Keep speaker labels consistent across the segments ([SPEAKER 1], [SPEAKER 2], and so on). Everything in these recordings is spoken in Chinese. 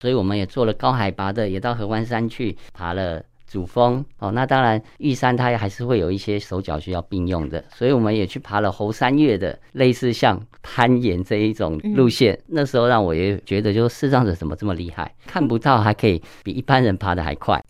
[SPEAKER 1] 所以我们也做了高海拔的，也到合欢山去爬了主峰。哦，那当然玉山它还是会有一些手脚需要并用的，所以我们也去爬了猴山岳的，类似像攀岩这一种路线。那时候让我也觉得，就是视障者怎么这么厉害，看不到还可以比一般人爬的还快。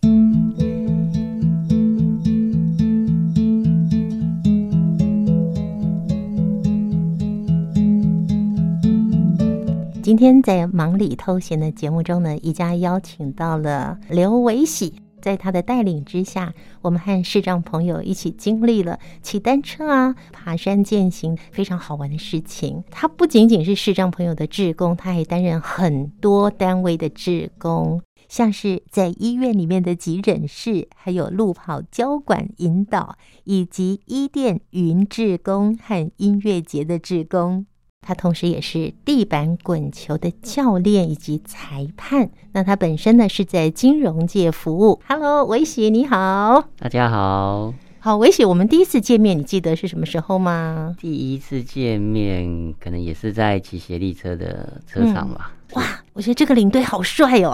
[SPEAKER 2] 今天在忙里偷闲的节目中呢，宜家邀请到了刘维喜，在他的带领之下，我们和视障朋友一起经历了骑单车啊、爬山践行非常好玩的事情。他不仅仅是视障朋友的志工，他还担任很多单位的志工，像是在医院里面的急诊室，还有路跑交管引导，以及伊甸云志工和音乐节的志工。他同时也是地板滚球的教练以及裁判。那他本身呢是在金融界服务。Hello，维喜，你好。
[SPEAKER 1] 大家好，
[SPEAKER 2] 好，维喜，我们第一次见面，你记得是什么时候吗？
[SPEAKER 1] 第一次见面可能也是在骑斜力车的车场吧。
[SPEAKER 2] 哇，我觉得这个领队好帅哦，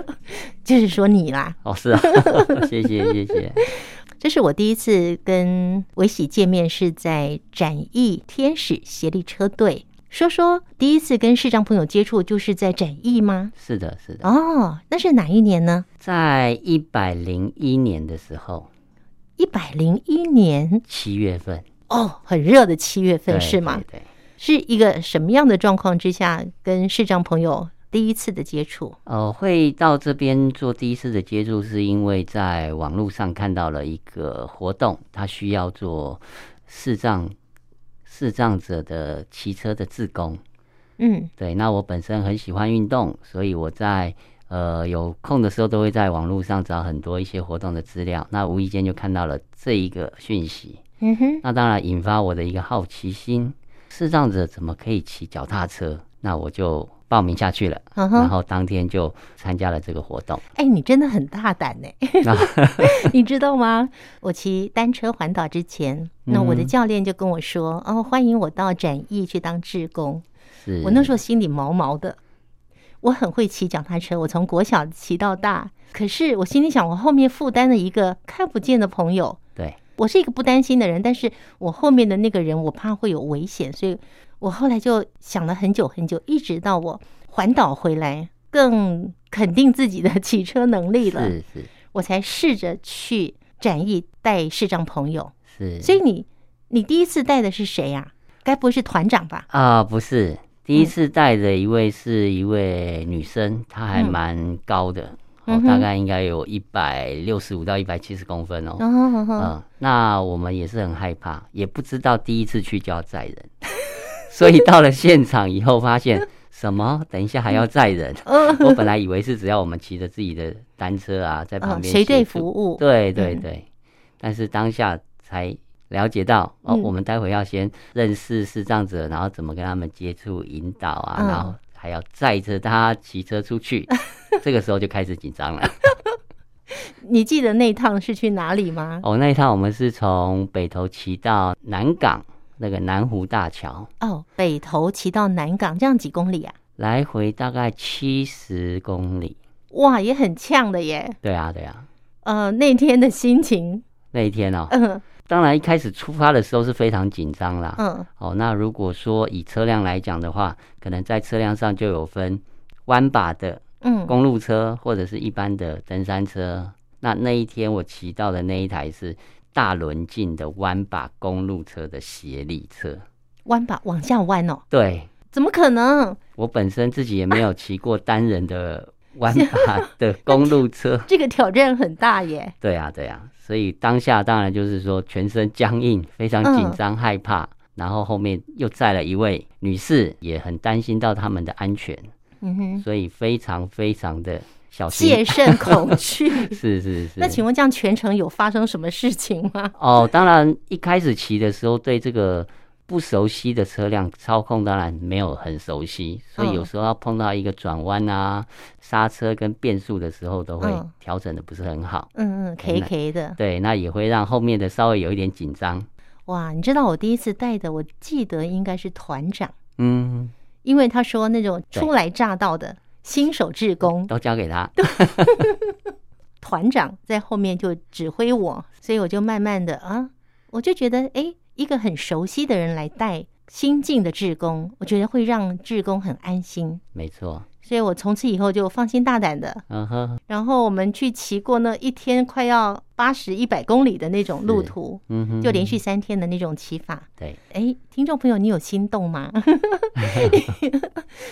[SPEAKER 2] 就是说你啦。
[SPEAKER 1] 哦，是啊， 谢谢谢谢。
[SPEAKER 2] 这是我第一次跟维喜见面，是在展翼天使协力车队。说说第一次跟视障朋友接触，就是在展翼吗？
[SPEAKER 1] 是的，是的，
[SPEAKER 2] 哦，那是哪一年呢？
[SPEAKER 1] 在一百零一年的时候，
[SPEAKER 2] 一百零一年
[SPEAKER 1] 七月份，
[SPEAKER 2] 哦，很热的七月份
[SPEAKER 1] 对
[SPEAKER 2] 是吗？
[SPEAKER 1] 对对，
[SPEAKER 2] 是一个什么样的状况之下跟视障朋友第一次的接触？
[SPEAKER 1] 呃，会到这边做第一次的接触，是因为在网络上看到了一个活动，它需要做视障视障者的骑车的自工。
[SPEAKER 2] 嗯
[SPEAKER 1] 对，那我本身很喜欢运动，所以我在呃有空的时候都会在网络上找很多一些活动的资料。那无意间就看到了这一个讯息，
[SPEAKER 2] 嗯哼，
[SPEAKER 1] 那当然引发我的一个好奇心：视障者怎么可以骑脚踏车？那我就报名下去了，
[SPEAKER 2] 嗯
[SPEAKER 1] 然
[SPEAKER 2] 哼，
[SPEAKER 1] 后当天就参加了这个活动。
[SPEAKER 2] 哎，你真的很大胆 呢、
[SPEAKER 1] 那
[SPEAKER 2] 你知道吗？我骑单车环岛之前，那我的
[SPEAKER 1] 嗯
[SPEAKER 2] 教练就跟我说：“哦，欢迎我到展翼去当志工。”
[SPEAKER 1] 是
[SPEAKER 2] 我那时候心里毛毛的。我很会骑脚踏车，我从国小骑到大。可是我心里想，我后面负担了一个看不见的朋友。
[SPEAKER 1] 对
[SPEAKER 2] 我是一个不担心的人，但是我后面的那个人，我怕会有危险，所以我后来就想了很久很久，一直到我环岛回来，更肯定自己的骑车能力了。
[SPEAKER 1] 是是
[SPEAKER 2] 我才试着去展翼带视障朋友。
[SPEAKER 1] 是，
[SPEAKER 2] 所以你，你第一次带的是谁呀、该不会是团长吧？
[SPEAKER 1] 啊、不是第一
[SPEAKER 2] 嗯
[SPEAKER 1] 次带的一位是一位女生，她还
[SPEAKER 2] 嗯
[SPEAKER 1] 蛮高的，
[SPEAKER 2] 嗯
[SPEAKER 1] 哦，
[SPEAKER 2] 哼
[SPEAKER 1] 大概应该有一百六十五到一百七十公分哦。
[SPEAKER 2] 哦，哦哦
[SPEAKER 1] 嗯，那我们也是很害怕，也不知道第一次去就要载人， 所以到了现场以后发现什么？等一下还要载人。
[SPEAKER 2] 嗯
[SPEAKER 1] 我本来以为是只要我们骑着自己的单车啊，在旁
[SPEAKER 2] 嗯，
[SPEAKER 1] 边
[SPEAKER 2] 谁对
[SPEAKER 1] 协助
[SPEAKER 2] 服务？
[SPEAKER 1] 对对
[SPEAKER 2] 嗯
[SPEAKER 1] 对，但是当下才了解到哦，
[SPEAKER 2] 嗯
[SPEAKER 1] 我们待会要先认识视障者，然后怎么跟他们接触、引导啊，
[SPEAKER 2] 嗯
[SPEAKER 1] 然后还要载着他骑车出去， 这个时候就开始紧张了。
[SPEAKER 2] 你记得那一趟是去哪里吗？
[SPEAKER 1] 哦，那一趟我们是从北投骑到南港那个南湖大桥，
[SPEAKER 2] 哦，北投骑到南港，这样几公里啊？
[SPEAKER 1] 来回大概七十公里。
[SPEAKER 2] 哇，也很呛的耶。
[SPEAKER 1] 对啊，对啊。
[SPEAKER 2] 呃，那天的心情，
[SPEAKER 1] 那一天哦，
[SPEAKER 2] 嗯
[SPEAKER 1] 当然一开始出发的时候是非常紧张啦，
[SPEAKER 2] 嗯
[SPEAKER 1] 哦，那如果说以车辆来讲的话，可能在车辆上就有分弯把的
[SPEAKER 2] 嗯，
[SPEAKER 1] 公路车或者是一般的登山车。那那一天我骑到的那一台是大轮径的弯把公路车的斜力车。
[SPEAKER 2] 弯吧，往下弯哦，
[SPEAKER 1] 对
[SPEAKER 2] 怎么可能？
[SPEAKER 1] 我本身自己也没有骑过单人的弯把的公路车。
[SPEAKER 2] 这个挑战很大耶。
[SPEAKER 1] 对啊，对啊，所以当下当然就是说全身僵硬，非常紧张、害怕，然后后面又载了一位女士，也很担心到他们的安全，
[SPEAKER 2] 嗯哼，
[SPEAKER 1] 所以非常非常的小
[SPEAKER 2] 戒
[SPEAKER 1] 心。。
[SPEAKER 2] 慎恐惧
[SPEAKER 1] 是是是。
[SPEAKER 2] 那请问这样全程有发生什么事情吗？
[SPEAKER 1] 哦，当然一开始骑的时候对这个不熟悉的车辆操控当然没有很熟悉，所以有
[SPEAKER 2] 嗯
[SPEAKER 1] 时候要碰到一个转弯啊、刹车跟变速的时候都会
[SPEAKER 2] 嗯
[SPEAKER 1] 调整的不是很好。
[SPEAKER 2] 嗯嗯，K
[SPEAKER 1] 难
[SPEAKER 2] K 的。
[SPEAKER 1] 对，那也会让后面的稍微有一点紧张。
[SPEAKER 2] 哇，你知道我第一次带的，我记得应该是团长，
[SPEAKER 1] 嗯，
[SPEAKER 2] 因为他说那种
[SPEAKER 1] 对
[SPEAKER 2] 初来乍到的，新手志工
[SPEAKER 1] 嗯都交给他。
[SPEAKER 2] 团长在后面就指挥我，所以我就慢慢的啊，我就觉得哎，一个很熟悉的人来带新进的志工，我觉得会让志工很安心，
[SPEAKER 1] 没错，
[SPEAKER 2] 所以我从此以后就放心大胆的
[SPEAKER 1] 嗯哼，
[SPEAKER 2] 然后我们去骑过那一天快要八十一百公里的那种路途，
[SPEAKER 1] 嗯哼，
[SPEAKER 2] 就连续三天的那种骑法。
[SPEAKER 1] 对，
[SPEAKER 2] 哎，听众朋友，你有心动吗？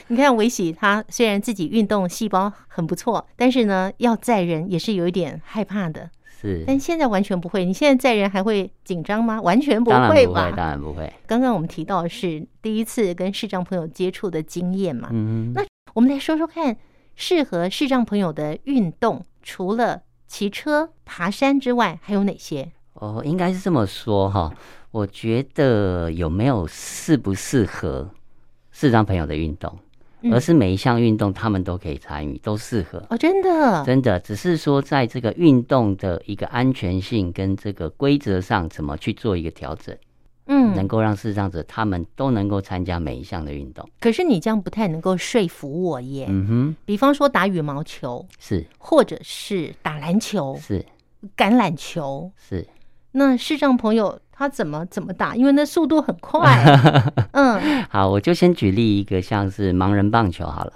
[SPEAKER 2] 你看维喜他虽然自己运动细胞很不错，但是呢，要载人也是有一点害怕的。
[SPEAKER 1] 是，
[SPEAKER 2] 但现在完全不会，你现在载人还会紧张吗？完全不
[SPEAKER 1] 当然
[SPEAKER 2] 会
[SPEAKER 1] 不会，
[SPEAKER 2] 吧？
[SPEAKER 1] 当然不会，
[SPEAKER 2] 刚刚我们提到的是第一次跟视障朋友接触的经验嘛，
[SPEAKER 1] 嗯哼，
[SPEAKER 2] 我们来说说看，适合视障朋友的运动，除了骑车、爬山之外，还有哪些？
[SPEAKER 1] 哦，应该是这么说哈。我觉得有没有适不适合视障朋友的运动，
[SPEAKER 2] 嗯
[SPEAKER 1] 而是每一项运动他们都可以参与，都适合。
[SPEAKER 2] 哦，真的，
[SPEAKER 1] 真的，只是说在这个运动的一个安全性跟这个规则上，怎么去做一个调整，能
[SPEAKER 2] 嗯，
[SPEAKER 1] 够让视障者他们都能够参加每一项的运动。
[SPEAKER 2] 可是你这样不太能够说服我耶。
[SPEAKER 1] 嗯哼，
[SPEAKER 2] 比方说打羽毛球，
[SPEAKER 1] 是
[SPEAKER 2] 或者是打篮球、
[SPEAKER 1] 是
[SPEAKER 2] 橄榄球，
[SPEAKER 1] 是，
[SPEAKER 2] 那视障朋友他怎么怎么打？因为那速度很 快。嗯，
[SPEAKER 1] 好，我就先举例一个，像是盲人棒球好了，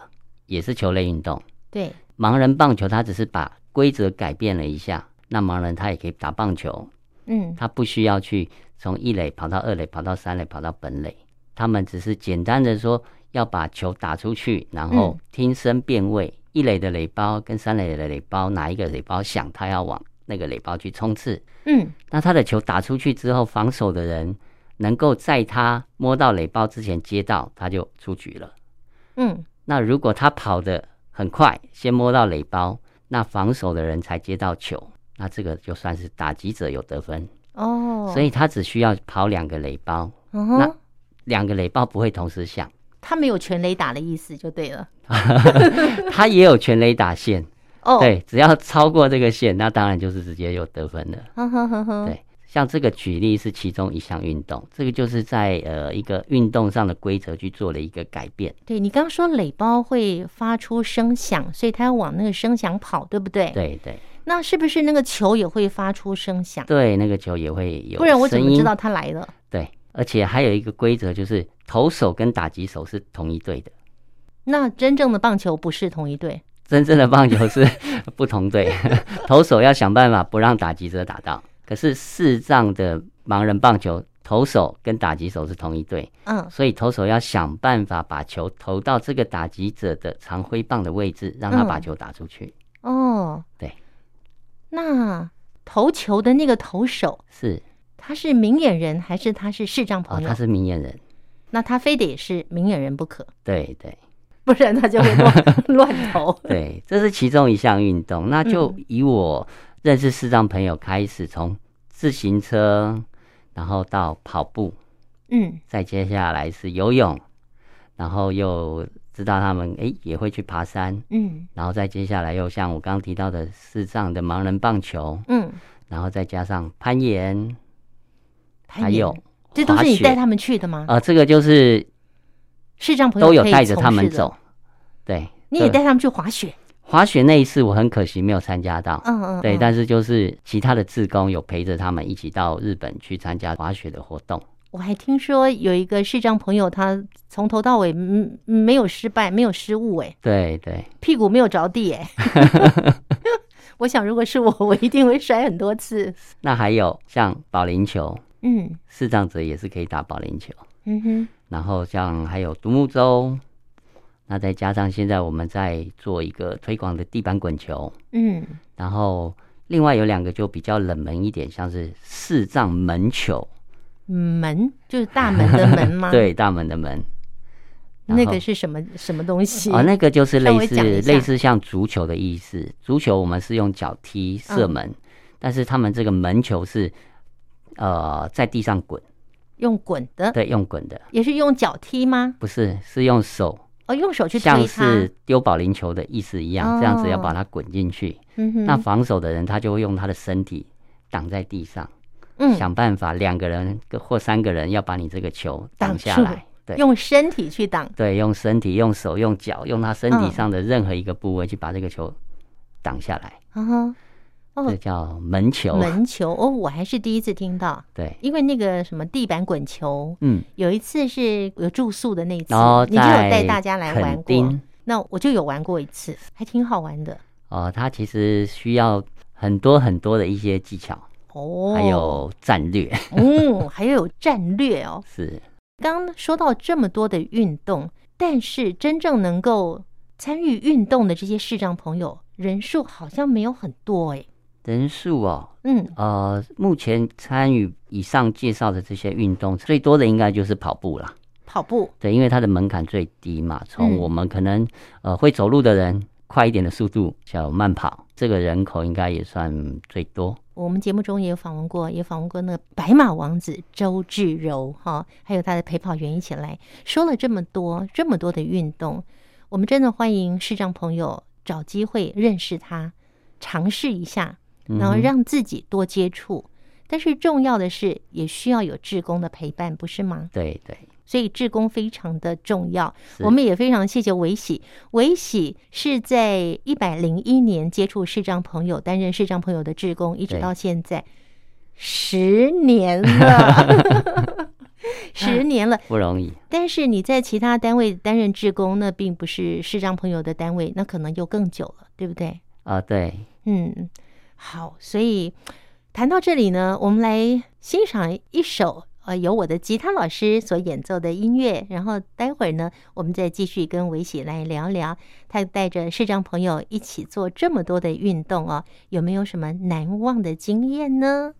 [SPEAKER 1] 也是球类运动。
[SPEAKER 2] 对，
[SPEAKER 1] 盲人棒球它只是把规则改变了一下，那盲人他也可以打棒球，
[SPEAKER 2] 嗯
[SPEAKER 1] 他不需要去从一垒跑到二垒，跑到三垒，跑到本垒，他们只是简单的说要把球打出去，然后听声辨位，一垒的垒包跟三垒的垒包哪一个垒包响，他要往那个垒包去冲刺。
[SPEAKER 2] 嗯，
[SPEAKER 1] 那他的球打出去之后，防守的人能够在他摸到垒包之前接到，他就出局了。
[SPEAKER 2] 嗯，
[SPEAKER 1] 那如果他跑得很快，先摸到垒包，那防守的人才接到球，那这个就算是打击者有得分。
[SPEAKER 2] 哦，
[SPEAKER 1] 所以他只需要跑两个垒包，
[SPEAKER 2] 嗯
[SPEAKER 1] 那
[SPEAKER 2] 哼，
[SPEAKER 1] 两个垒包不会同时响，
[SPEAKER 2] 他没有全垒打的意思就对了。
[SPEAKER 1] 他也有全垒打线，
[SPEAKER 2] 哦，，
[SPEAKER 1] 对，只要超过这个线，那当然就是直接有得分了。
[SPEAKER 2] 呵呵呵呵，
[SPEAKER 1] 对，像这个举例是其中一项运动，这个就是在呃一个运动上的规则去做了一个改变。
[SPEAKER 2] 对你刚刚说垒包会发出声响，所以它要往那个声响跑，对不对？。
[SPEAKER 1] 对对
[SPEAKER 2] 那是不是那个球也会发出声响？
[SPEAKER 1] 对，那个球也会有声音，
[SPEAKER 2] 不然我怎么知道它来了？
[SPEAKER 1] 对，而且还有一个规则就是投手跟打击手是同一队的，
[SPEAKER 2] 那真正的棒球不是同一队
[SPEAKER 1] 真正的棒 球是不同队，投手要想办法不让打击者打到。可是视障的盲人棒球，投手跟打击手是同一队，
[SPEAKER 2] 嗯，
[SPEAKER 1] 所以投手要想办法把球投到这个打击者的长挥棒的位置，让他把
[SPEAKER 2] 嗯
[SPEAKER 1] 球打出去。
[SPEAKER 2] 哦，
[SPEAKER 1] 对。
[SPEAKER 2] 那投球的那个投手，
[SPEAKER 1] 是
[SPEAKER 2] 他是明眼人还是他是视障
[SPEAKER 1] 哦，
[SPEAKER 2] 朋友？
[SPEAKER 1] 他是明眼人，
[SPEAKER 2] 那他非得是明眼人不可，
[SPEAKER 1] 对对
[SPEAKER 2] 不然他就会乱 乱投。
[SPEAKER 1] 对，这是其中一项运动。那就
[SPEAKER 2] 嗯
[SPEAKER 1] 以我认识视障朋友开始，从自行车，然后到跑步，
[SPEAKER 2] 嗯
[SPEAKER 1] 再接下来是游泳，然后又知道他们诶也会去爬山，
[SPEAKER 2] 嗯
[SPEAKER 1] 然后再接下来又像我刚刚提到的视障的盲人棒球，
[SPEAKER 2] 嗯，
[SPEAKER 1] 然后再加上攀岩，
[SPEAKER 2] 攀
[SPEAKER 1] 还
[SPEAKER 2] 岩
[SPEAKER 1] 有
[SPEAKER 2] 嗯这都是你
[SPEAKER 1] 滑雪
[SPEAKER 2] 带他们去的吗？
[SPEAKER 1] 呃，这个就是
[SPEAKER 2] 视障朋友
[SPEAKER 1] 都有
[SPEAKER 2] 可以
[SPEAKER 1] 带着
[SPEAKER 2] 从
[SPEAKER 1] 他
[SPEAKER 2] 事
[SPEAKER 1] 们
[SPEAKER 2] 的，
[SPEAKER 1] 走，对，
[SPEAKER 2] 你也
[SPEAKER 1] 对
[SPEAKER 2] 带他们去滑雪。
[SPEAKER 1] 滑雪那一次我很可惜没有参加到，
[SPEAKER 2] 嗯嗯，
[SPEAKER 1] 对，
[SPEAKER 2] 嗯
[SPEAKER 1] 但是就是其他的志工有陪着他们一起到日本去参加滑雪的活动。
[SPEAKER 2] 我还听说有一个视障朋友，他从头到尾嗯嗯没有失败，没有失误，哎，
[SPEAKER 1] 对对，
[SPEAKER 2] 屁股没有着地，哎。 我想，如果是我，我一定会摔很多次。
[SPEAKER 1] 那还有像保龄球，
[SPEAKER 2] 嗯
[SPEAKER 1] 视障者也是可以打保龄球，
[SPEAKER 2] 嗯哼，
[SPEAKER 1] 然后像还有独木舟，那再加上现在我们在做一个推广的地板滚球，
[SPEAKER 2] 嗯
[SPEAKER 1] 然后另外有两个就比较冷门一点，像是视障门球，
[SPEAKER 2] 嗯门就是大门的门 吗？，
[SPEAKER 1] 对，大门的门。然
[SPEAKER 2] 那
[SPEAKER 1] 后
[SPEAKER 2] 个是什么什么东西？
[SPEAKER 1] 哦，那个就是
[SPEAKER 2] 稍
[SPEAKER 1] 类
[SPEAKER 2] 微
[SPEAKER 1] 似
[SPEAKER 2] 讲一下
[SPEAKER 1] 类似像足球的意思。足球我们是用脚踢射
[SPEAKER 2] 嗯
[SPEAKER 1] 门，但是他们这个门球是呃在地上滚，
[SPEAKER 2] 用滚的，
[SPEAKER 1] 对，用滚的，
[SPEAKER 2] 也是用脚踢吗？
[SPEAKER 1] 不是是用手，
[SPEAKER 2] 哦，用手去推
[SPEAKER 1] 像
[SPEAKER 2] 它哦
[SPEAKER 1] 是。丢保龄球的意思一样，这样子要把它滚进去。
[SPEAKER 2] 嗯
[SPEAKER 1] 那
[SPEAKER 2] 哼，
[SPEAKER 1] 防守的人他就会用他的身体挡在地上，
[SPEAKER 2] 嗯，
[SPEAKER 1] 想办法两个人或三个人要把你这个球
[SPEAKER 2] 挡
[SPEAKER 1] 挡下
[SPEAKER 2] 住
[SPEAKER 1] 来。对
[SPEAKER 2] 用身体去挡，
[SPEAKER 1] 对，用身体、用手、用脚、用他身
[SPEAKER 2] 嗯
[SPEAKER 1] 体上的任何一个部位去把这个球挡下来，
[SPEAKER 2] 啊哈，哦
[SPEAKER 1] 这叫门球。啊
[SPEAKER 2] 门球哦，我还是第一次听到，
[SPEAKER 1] 对，
[SPEAKER 2] 因为那个什么地板滚球，
[SPEAKER 1] 嗯，
[SPEAKER 2] 有一次是有住宿的那一次，
[SPEAKER 1] 然后
[SPEAKER 2] 你就有
[SPEAKER 1] 哦在
[SPEAKER 2] 带大家来玩
[SPEAKER 1] 垦
[SPEAKER 2] 过
[SPEAKER 1] 丁，
[SPEAKER 2] 那我就有玩过一次，还挺好玩的
[SPEAKER 1] 哦，它其实需要很多很多的一些技巧，
[SPEAKER 2] 哦。
[SPEAKER 1] 还，有战略，
[SPEAKER 2] 嗯，还有战略哦。
[SPEAKER 1] 是
[SPEAKER 2] 刚说到这么多的运动，但是真正能够参与运动的这些视障朋友人数好像没有很多哎。
[SPEAKER 1] 人数哦。
[SPEAKER 2] 嗯，
[SPEAKER 1] 呃，目前参与以上介绍的这些运动，最多的应该就是跑步啦。
[SPEAKER 2] 跑步
[SPEAKER 1] 对，因为它的门槛最低嘛，
[SPEAKER 2] 嗯
[SPEAKER 1] 从我们可能、呃会走路的人快一点的速度，叫慢跑，这个人口应该也算最多。
[SPEAKER 2] 我们节目中也有访问过，也访问过那个白马王子周志柔哈、还有他的陪跑员一起来说了这么多这么多的运动，我们真的欢迎视障朋友找机会认识他，尝试一下，然后
[SPEAKER 1] 嗯哼
[SPEAKER 2] 让自己多接触。但是重要的是，也需要有志工的陪伴，不是吗？
[SPEAKER 1] 对对，
[SPEAKER 2] 所以志工非常的重要。
[SPEAKER 1] 是
[SPEAKER 2] 我们也非常谢谢维喜，维喜是在一百零一年接触视障朋友，担任视障朋友的志工，一直
[SPEAKER 1] 对
[SPEAKER 2] 到现在十 年了，十年了。
[SPEAKER 1] 不容易。
[SPEAKER 2] 但是你在其他单位担任志工，那并不是视障朋友的单位，那可能就更久了，对不对？
[SPEAKER 1] 啊、对，
[SPEAKER 2] 嗯，好，所以谈到这里呢，我们来欣赏一首呃由我的吉他老师所演奏的音乐，然后待会儿呢，我们再继续跟维喜来聊聊，他带着视障朋友一起做这么多的运动哦，有没有什么难忘的经验呢？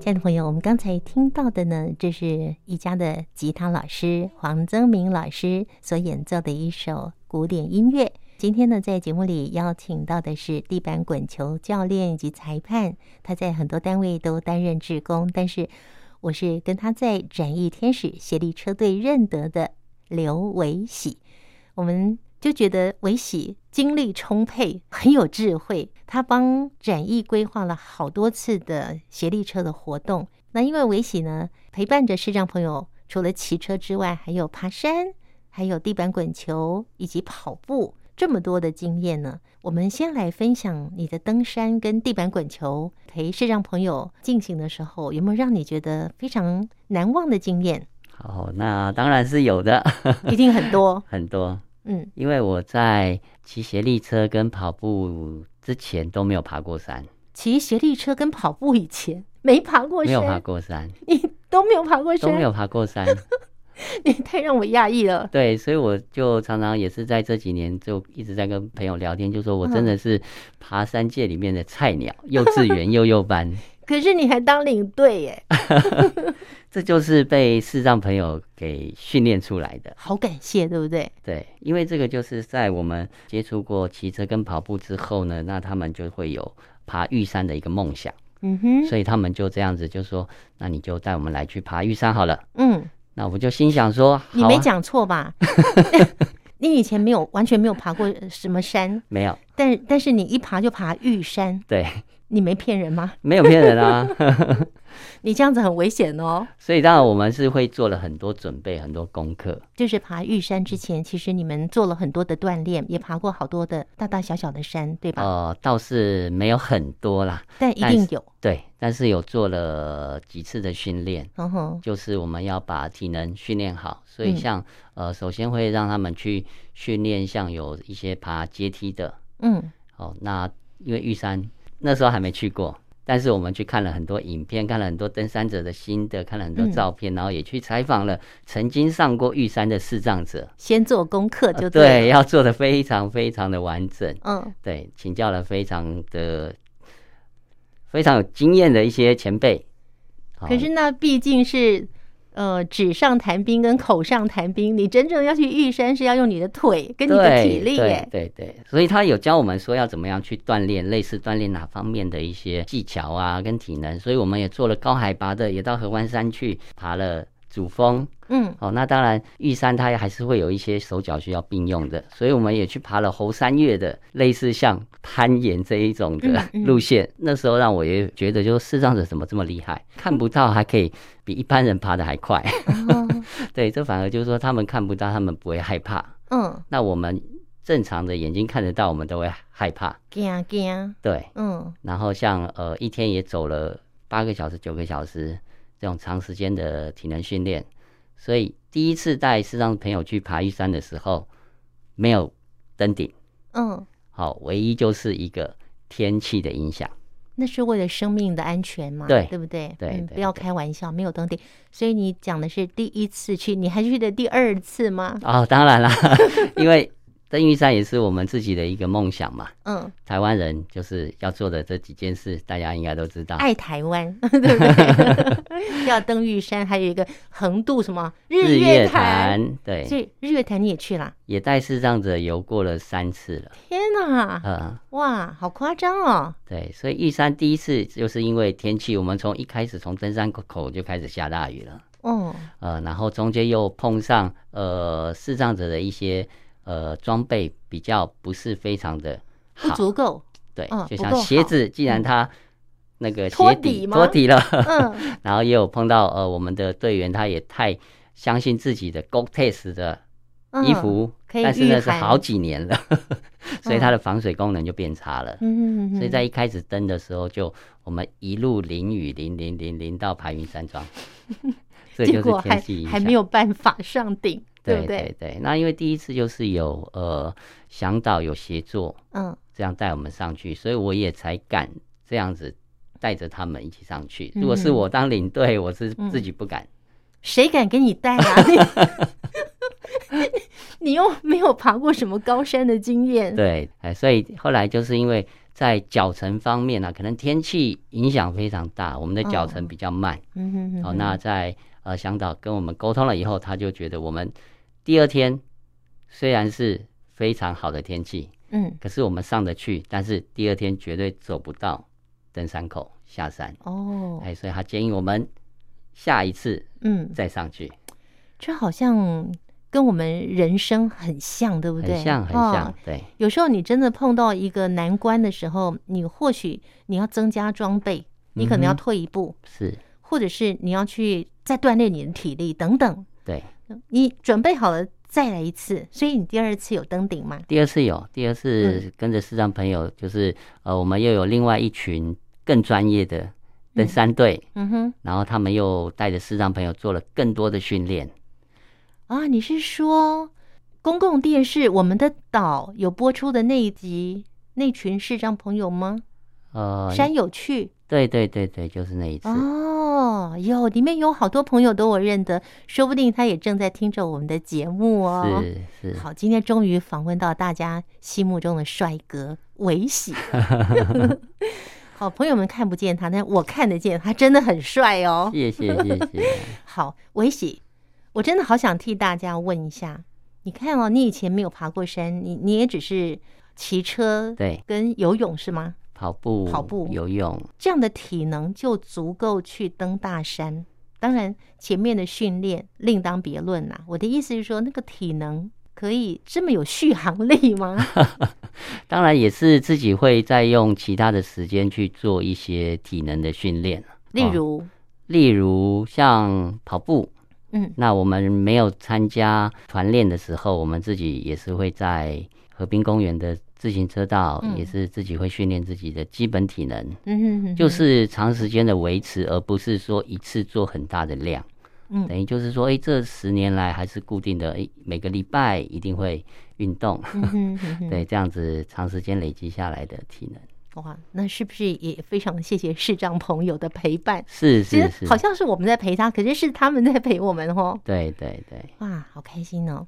[SPEAKER 2] 亲爱的朋友，我们刚才听到的呢，这是宜家的吉他老师黄增明老师所演奏的一首古典音乐。今天呢，在节目里邀请到的是地板滚球教练以及裁判，他在很多单位都担任志工，但是我是跟他在展翼天使协力车队认得的刘维喜，我们就觉得维喜精力充沛，很有智慧， 他帮展翼规划了好多次的协力车的活动。那因为维喜呢，陪伴着视障朋友，除了骑车之外，还有爬山。还有地板滚球以及跑步这么多的经验呢，我们先来分享你的登山跟地板滚球陪视障朋友进行的时候，有没有让你觉得非常难忘的经验？
[SPEAKER 1] 好，哦那当然是有的，
[SPEAKER 2] 一定很多。
[SPEAKER 1] 很多。
[SPEAKER 2] 嗯
[SPEAKER 1] 因为我在骑斜力车跟跑步之前都没有爬过山，
[SPEAKER 2] 骑斜力车跟跑步以前没爬过
[SPEAKER 1] 没有爬
[SPEAKER 2] 山，
[SPEAKER 1] 过山，
[SPEAKER 2] 都没有爬过
[SPEAKER 1] 都没
[SPEAKER 2] 山，
[SPEAKER 1] 有爬过山。
[SPEAKER 2] 你太让我讶异了。
[SPEAKER 1] 对，所以我就常常也是在这几年就一直在跟朋友聊天，就说我真的是爬山界里面的菜鸟，幼稚园幼幼班，
[SPEAKER 2] 可是你还当领队耶，
[SPEAKER 1] 这就是被视障朋友给训练出来的。
[SPEAKER 2] 好感谢，对不对？
[SPEAKER 1] 对，因为这个就是在我们接触过骑车跟跑步之后呢，那他们就会有爬玉山的一个梦想，
[SPEAKER 2] 嗯哼，
[SPEAKER 1] 所以他们就这样子就说，那你就带我们来去爬玉山好了。
[SPEAKER 2] 嗯，
[SPEAKER 1] 那我们就心想说，
[SPEAKER 2] 你
[SPEAKER 1] 好
[SPEAKER 2] 没
[SPEAKER 1] 啊
[SPEAKER 2] 讲错吧？ 你以前没有完全没有爬过什么山，
[SPEAKER 1] 没有，
[SPEAKER 2] 但但是你一爬就爬玉山，
[SPEAKER 1] 对，
[SPEAKER 2] 你没骗人吗？
[SPEAKER 1] 没有骗人啊。
[SPEAKER 2] 你这样子很危险哦。
[SPEAKER 1] 所以当然我们是会做了很多准备，很多功课。
[SPEAKER 2] 就是爬玉山之前，其实你们做了很多的锻炼，也爬过好多的大大小小的山，对吧？
[SPEAKER 1] 呃，倒是没有很多啦，
[SPEAKER 2] 但一
[SPEAKER 1] 但
[SPEAKER 2] 定
[SPEAKER 1] 是
[SPEAKER 2] 有，
[SPEAKER 1] 对，但是有做了几次的训练，
[SPEAKER 2] 嗯哼，
[SPEAKER 1] 就是我们要把体能训练好，所
[SPEAKER 2] 嗯
[SPEAKER 1] 以像、呃，首先会让他们去训练，像有一些爬阶梯的，
[SPEAKER 2] 嗯，
[SPEAKER 1] 哦，那因为玉山那时候还没去过，但是我们去看了很多影片，看了很多登山者的心得，看了很多
[SPEAKER 2] 嗯
[SPEAKER 1] 照片，然后也去采访了曾经上过玉山的视障者，
[SPEAKER 2] 先做功课
[SPEAKER 1] 呃
[SPEAKER 2] 就
[SPEAKER 1] 对，
[SPEAKER 2] 了。
[SPEAKER 1] 要做的非常非常的完整。
[SPEAKER 2] 嗯，
[SPEAKER 1] 对，请教了非常的非常有经验的一些前辈。好
[SPEAKER 2] 可是那毕竟是，呃，纸上谈兵跟口上谈兵，你真正要去玉山是要用你的腿跟你的
[SPEAKER 1] 对
[SPEAKER 2] 体力耶。
[SPEAKER 1] 对对对，所以他有教我们说要怎么样去锻炼，类似锻炼哪方面的一些技巧啊，跟体能。所以我们也做了高海拔的，也到合欢山去爬了。主峰
[SPEAKER 2] 嗯，
[SPEAKER 1] 哦，那当然，玉山它还是会有一些手脚需要并用的，所以我们也去爬了猴山岳的，类似像攀岩这一种的
[SPEAKER 2] 嗯嗯
[SPEAKER 1] 路线。那时候让我也觉得，就是视障者怎么这么厉害，看不到还可以比一般人爬的还快。
[SPEAKER 2] 哦，
[SPEAKER 1] 对，这反而就是说他们看不到，他们不会害怕。
[SPEAKER 2] 嗯，
[SPEAKER 1] 那我们正常的眼睛看得到，我们都会害怕。
[SPEAKER 2] 惊惊，
[SPEAKER 1] 对，
[SPEAKER 2] 嗯，
[SPEAKER 1] 然后像呃一天也走了八个小时、九个小时这种长时间的体能训练，所以第一次带视障朋友去爬玉山的时候，没有登顶，
[SPEAKER 2] 嗯，
[SPEAKER 1] 好、唯一就是一个天气的影响。
[SPEAKER 2] 那是为了生命的安全嘛，
[SPEAKER 1] 对
[SPEAKER 2] 对不对？
[SPEAKER 1] 对
[SPEAKER 2] 嗯，
[SPEAKER 1] 对
[SPEAKER 2] 不要开玩笑，没有登顶。所以你讲的是第一次去，你还去的第二次吗？
[SPEAKER 1] 哦，当然啦， 因为登玉山也是我们自己的一个梦想嘛。
[SPEAKER 2] 嗯，
[SPEAKER 1] 台湾人就是要做的这几件事，大家应该都知道。
[SPEAKER 2] 爱 台湾，对不对？ 要登玉山，还有一个横渡什么日月潭，
[SPEAKER 1] 潭，对，
[SPEAKER 2] 所以日月潭你也去啦？
[SPEAKER 1] 也带视障者游过了三次了，
[SPEAKER 2] 天哪，
[SPEAKER 1] 嗯，
[SPEAKER 2] 哇，好夸张哦！
[SPEAKER 1] 对，所以玉山第一次就是因为天气，我们从一开始从登山口就开始下大雨了，
[SPEAKER 2] 哦，
[SPEAKER 1] 呃，然后中间又碰上呃视障者的一些呃装备比较不是非常的
[SPEAKER 2] 不
[SPEAKER 1] 好，
[SPEAKER 2] 足 够，
[SPEAKER 1] 对，
[SPEAKER 2] 嗯
[SPEAKER 1] 就
[SPEAKER 2] 不
[SPEAKER 1] 像
[SPEAKER 2] 够
[SPEAKER 1] 鞋
[SPEAKER 2] 好
[SPEAKER 1] 子，既然它那个
[SPEAKER 2] 托
[SPEAKER 1] 鞋
[SPEAKER 2] 底
[SPEAKER 1] 底
[SPEAKER 2] 吗
[SPEAKER 1] 脱底了，
[SPEAKER 2] 嗯，
[SPEAKER 1] 然后也有碰到呃我们的队员，他也太相信自己的 Go Test 的
[SPEAKER 2] 嗯
[SPEAKER 1] 衣，服，
[SPEAKER 2] 可以
[SPEAKER 1] 但是
[SPEAKER 2] 御
[SPEAKER 1] 那是
[SPEAKER 2] 寒嗯
[SPEAKER 1] 好几年了， 所以它的防水功能就变差了。
[SPEAKER 2] 嗯，嗯嗯
[SPEAKER 1] 所以在一开始登的时候就，我们一路淋雨，淋淋淋淋到排云山庄， 这就
[SPEAKER 2] 结
[SPEAKER 1] 是
[SPEAKER 2] 果
[SPEAKER 1] 天
[SPEAKER 2] 还
[SPEAKER 1] 气影
[SPEAKER 2] 还
[SPEAKER 1] 响。
[SPEAKER 2] 没有办法上顶，对
[SPEAKER 1] 对
[SPEAKER 2] 不
[SPEAKER 1] 对？对，那因为第一次就是有呃向导有协作
[SPEAKER 2] 嗯
[SPEAKER 1] 这样带我们上去，所以我也才敢这样子带着他们一起上去。如果是
[SPEAKER 2] 嗯哼
[SPEAKER 1] 我当领队，我是
[SPEAKER 2] 嗯
[SPEAKER 1] 自己不敢。
[SPEAKER 2] 谁敢跟你带啊？ 你你又没有爬过什么高山的经验，
[SPEAKER 1] 对，哎，所以后来就是因为在脚程方面呢、啊，可能天气影响非常大，我们的脚程比较慢。
[SPEAKER 2] 嗯哼哼
[SPEAKER 1] 哦，
[SPEAKER 2] 哼
[SPEAKER 1] 那在呃向导跟我们沟通了以后，他就觉得我们第二天虽然是非常好的天气，
[SPEAKER 2] 嗯，
[SPEAKER 1] 可是我们上得去，但是第二天绝对走不到登山口下山。
[SPEAKER 2] 哦，
[SPEAKER 1] 哎，所以他建议我们下一次
[SPEAKER 2] 嗯，
[SPEAKER 1] 再上去。
[SPEAKER 2] 这好像跟我们人生很像，对不对？
[SPEAKER 1] 很像，很
[SPEAKER 2] 哦
[SPEAKER 1] 像，对，
[SPEAKER 2] 有时候你真的碰到一个难关的时候，你或许你要增加装备，你可能要
[SPEAKER 1] 嗯哼
[SPEAKER 2] 退一步，
[SPEAKER 1] 是，
[SPEAKER 2] 或者是你要去再锻炼你的体力等等。嗯
[SPEAKER 1] 对。
[SPEAKER 2] 你准备好了再来一次，所以你第二次有登顶嘛？
[SPEAKER 1] 第二次有，第二
[SPEAKER 2] 嗯
[SPEAKER 1] 次跟着视障朋友，就是、呃，我们又有另外一群更专业的登山队，
[SPEAKER 2] 嗯哼，
[SPEAKER 1] 然后他们又带着视障朋友做了更多的训练。
[SPEAKER 2] 啊，你是说公共电视我们的岛有播出的那一集那群视障朋友吗？
[SPEAKER 1] 呃，
[SPEAKER 2] 山有趣
[SPEAKER 1] 对对对对，就是那一次。
[SPEAKER 2] 哦，有里面有好多朋友都我认得，说不定他也正在听着我们的节目哦。
[SPEAKER 1] 是是，
[SPEAKER 2] 好，今天终于访问到大家心目中的帅哥 维喜。好，朋友们看不见他，但我看得见，他真的很帅哦。
[SPEAKER 1] 谢谢谢 谢。
[SPEAKER 2] 好，维喜，我真的好想替大家问一下，你看哦，你以前没有爬过山，你你也只是骑车
[SPEAKER 1] 对，
[SPEAKER 2] 跟游泳是吗？
[SPEAKER 1] 跑步、
[SPEAKER 2] 跑步
[SPEAKER 1] 游泳，
[SPEAKER 2] 这样的体能就足够去登大山。当然，前面的训练另当别论啦。我的意思是说，那个体能可以这么有续航力吗？
[SPEAKER 1] 当然也是自己会再用其他的时间去做一些体能的训练，
[SPEAKER 2] 例如，
[SPEAKER 1] 例如像跑步。
[SPEAKER 2] 嗯
[SPEAKER 1] 那我们没有参加团练的时候，我们自己也是会在河滨公园的自行车道，
[SPEAKER 2] 嗯
[SPEAKER 1] 也是自己会训练自己的基本体能，
[SPEAKER 2] 嗯哼哼
[SPEAKER 1] 就是长时间的维持，而不是说一次做很大的量。
[SPEAKER 2] 嗯
[SPEAKER 1] 等于就是说，哎、这十年来还是固定的，哎、每个礼拜一定会运动，
[SPEAKER 2] 嗯哼哼哼
[SPEAKER 1] 对，这样子长时间累积下来的体能，
[SPEAKER 2] 哇，那是不是也非常谢谢视障朋友的陪伴？
[SPEAKER 1] 是
[SPEAKER 2] 其
[SPEAKER 1] 是
[SPEAKER 2] 实
[SPEAKER 1] 是，
[SPEAKER 2] 好像是我们在陪他，可是是他们在陪我们哦。
[SPEAKER 1] 对对对，
[SPEAKER 2] 哇，好开心哦！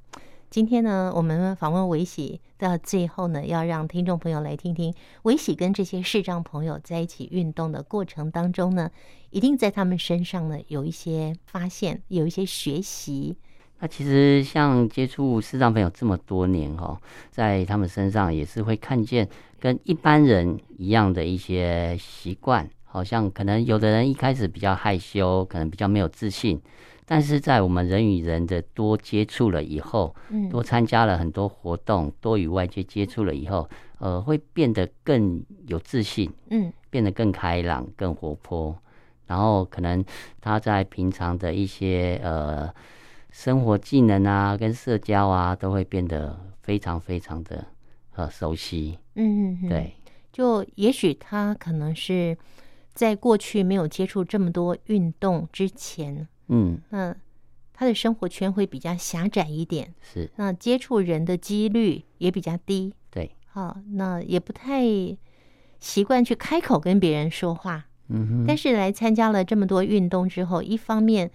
[SPEAKER 2] 今天呢，我们访问维喜到最后呢，要让听众朋友来听听维喜跟这些视障朋友在一起运动的过程当中呢，一定在他们身上呢有一些发现，有一些学习。
[SPEAKER 1] 那其实像接触视障朋友这么多年哦，在他们身上也是会看见跟一般人一样的一些习惯，好像可能有的人一开始比较害羞，可能比较没有自信，但是在我们人与人的多接触了以后，
[SPEAKER 2] 嗯
[SPEAKER 1] 多参加了很多活动，多与外界接触了以后，呃，会变得更有自信，
[SPEAKER 2] 嗯
[SPEAKER 1] 变得更开朗、更活泼。然后可能他在平常的一些呃生活技能啊，跟社交啊，都会变得非常非常的呃熟悉。
[SPEAKER 2] 嗯嗯，嗯，
[SPEAKER 1] 对，
[SPEAKER 2] 就也许他可能是在过去没有接触这么多运动之前，
[SPEAKER 1] 嗯，
[SPEAKER 2] 那他的生活圈会比较狭窄一点，
[SPEAKER 1] 是
[SPEAKER 2] 那接触人的几率也比较低。
[SPEAKER 1] 对，
[SPEAKER 2] 好，那也不太习惯去开口跟别人说话。
[SPEAKER 1] 嗯哼，
[SPEAKER 2] 但是来参加了这么多运动之后，一方面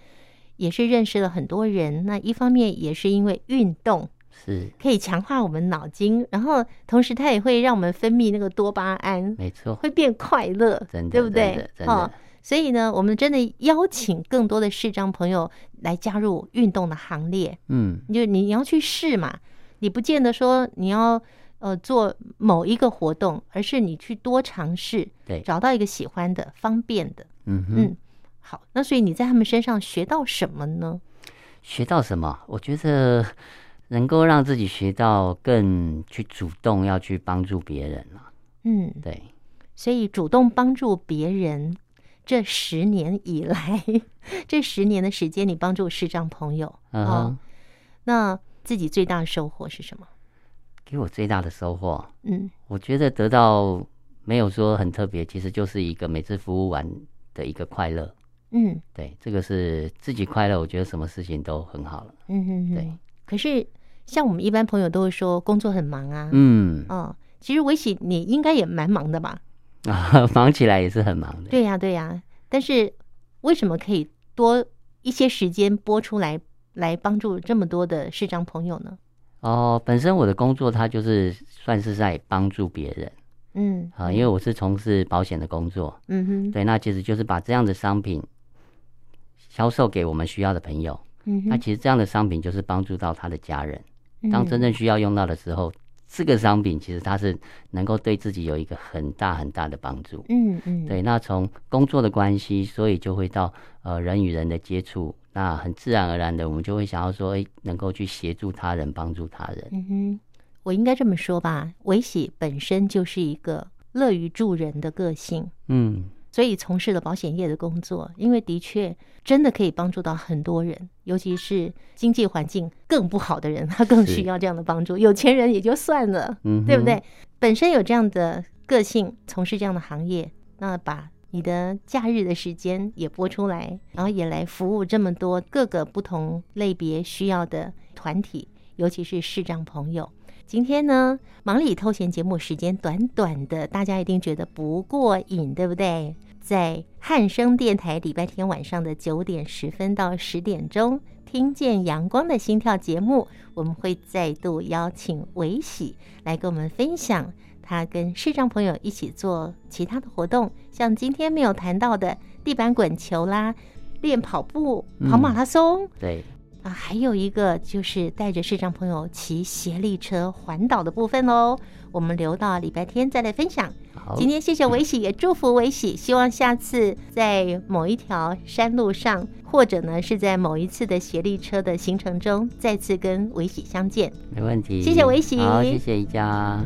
[SPEAKER 2] 也是认识了很多人，那一方面也是因为运动
[SPEAKER 1] 是
[SPEAKER 2] 可以强化我们脑筋，然后同时它也会让我们分泌那个多巴胺，
[SPEAKER 1] 没错，
[SPEAKER 2] 会变快乐，
[SPEAKER 1] 真的，
[SPEAKER 2] 对不
[SPEAKER 1] 真的
[SPEAKER 2] 对？
[SPEAKER 1] 真的，
[SPEAKER 2] 所以呢，我们真的邀请更多的视障朋友来加入运动的行列。
[SPEAKER 1] 嗯，
[SPEAKER 2] 你就你要去试嘛，你不见得说你要呃做某一个活动，而是你去多尝试，
[SPEAKER 1] 对，
[SPEAKER 2] 找到一个喜欢的、方便的。
[SPEAKER 1] 嗯哼。
[SPEAKER 2] 嗯，好，那所以你在他们身上学到什么呢？
[SPEAKER 1] 学到什么？我觉得能够让自己学到更去主动要去帮助别人了。
[SPEAKER 2] 嗯，
[SPEAKER 1] 对，
[SPEAKER 2] 所以主动帮助别人，这十年以来， 这十年的时间，你帮助视障朋友啊、
[SPEAKER 1] 嗯哼，
[SPEAKER 2] 那自己最大的收获是什么？
[SPEAKER 1] 给我最大的收获，
[SPEAKER 2] 嗯
[SPEAKER 1] 我觉得得到没有说很特别，其实就是一个每次服务完的一个快乐。
[SPEAKER 2] 嗯
[SPEAKER 1] 对，这个是自己快乐，我觉得什么事情都很好了。
[SPEAKER 2] 嗯嗯
[SPEAKER 1] 对
[SPEAKER 2] 嗯。可是像我们一般朋友都会说工作很忙啊，
[SPEAKER 1] 嗯，
[SPEAKER 2] 哦，其实维喜你应该也蛮忙的吧？
[SPEAKER 1] 啊， 忙起来也是很忙的。
[SPEAKER 2] 对呀、对呀、但是为什么可以多一些时间播出来，来帮助这么多的视障朋友呢？
[SPEAKER 1] 哦，本身我的工作它就是算是在帮助别人
[SPEAKER 2] 嗯
[SPEAKER 1] 啊，因为我是从事保险的工作，
[SPEAKER 2] 嗯哼，
[SPEAKER 1] 对，那其实就是把这样的商品销售给我们需要的朋友。
[SPEAKER 2] 嗯
[SPEAKER 1] 那
[SPEAKER 2] 哼，嗯
[SPEAKER 1] 其实这样的商品就是帮助到他的家人，当真正需要用到的时候，这个商品其实它是能够对自己有一个很大很大的帮助。
[SPEAKER 2] 嗯嗯，
[SPEAKER 1] 对，那从工作的关系，所以就会到呃人与人的接触，那很自然而然的，我们就会想要说，哎、能够去协助他人，帮助他人。
[SPEAKER 2] 嗯哼，我应该这么说吧，维喜本身就是一个乐于助人的个性，
[SPEAKER 1] 嗯，
[SPEAKER 2] 所以从事了保险业的工作，因为的确真的可以帮助到很多人，尤其是经济环境更不好的人，他更
[SPEAKER 1] 是
[SPEAKER 2] 需要这样的帮助。有钱人也就算了，
[SPEAKER 1] 嗯哼
[SPEAKER 2] 对不对？本身有这样的个性，从事这样的行业，那把你的假日的时间也拨出来，然后也来服务这么多各个不同类别需要的团体，尤其是视障朋友。今天呢，忙里偷闲节目时间短短的，大家一定觉得不过瘾，对不对？在汉声电台礼拜天晚上的九点十分到十点钟，听见阳光的心跳节目，我们会再度邀请维喜来跟我们分享他跟视障朋友一起做其他的活动，像今天没有谈到的地板滚球啦、练跑步、跑马拉松。
[SPEAKER 1] 对，
[SPEAKER 2] 啊，还有一个就是带着视障朋友骑协力车环岛的部分喽，我们留到礼拜天再来分享。
[SPEAKER 1] 好，
[SPEAKER 2] 今天谢谢维喜，也祝福维喜，希望下次在某一条山路上，或者呢是在某一次的协力车的行程中，再次跟维喜相见。
[SPEAKER 1] 没问题。
[SPEAKER 2] 谢谢维喜
[SPEAKER 1] 好，谢谢宜家。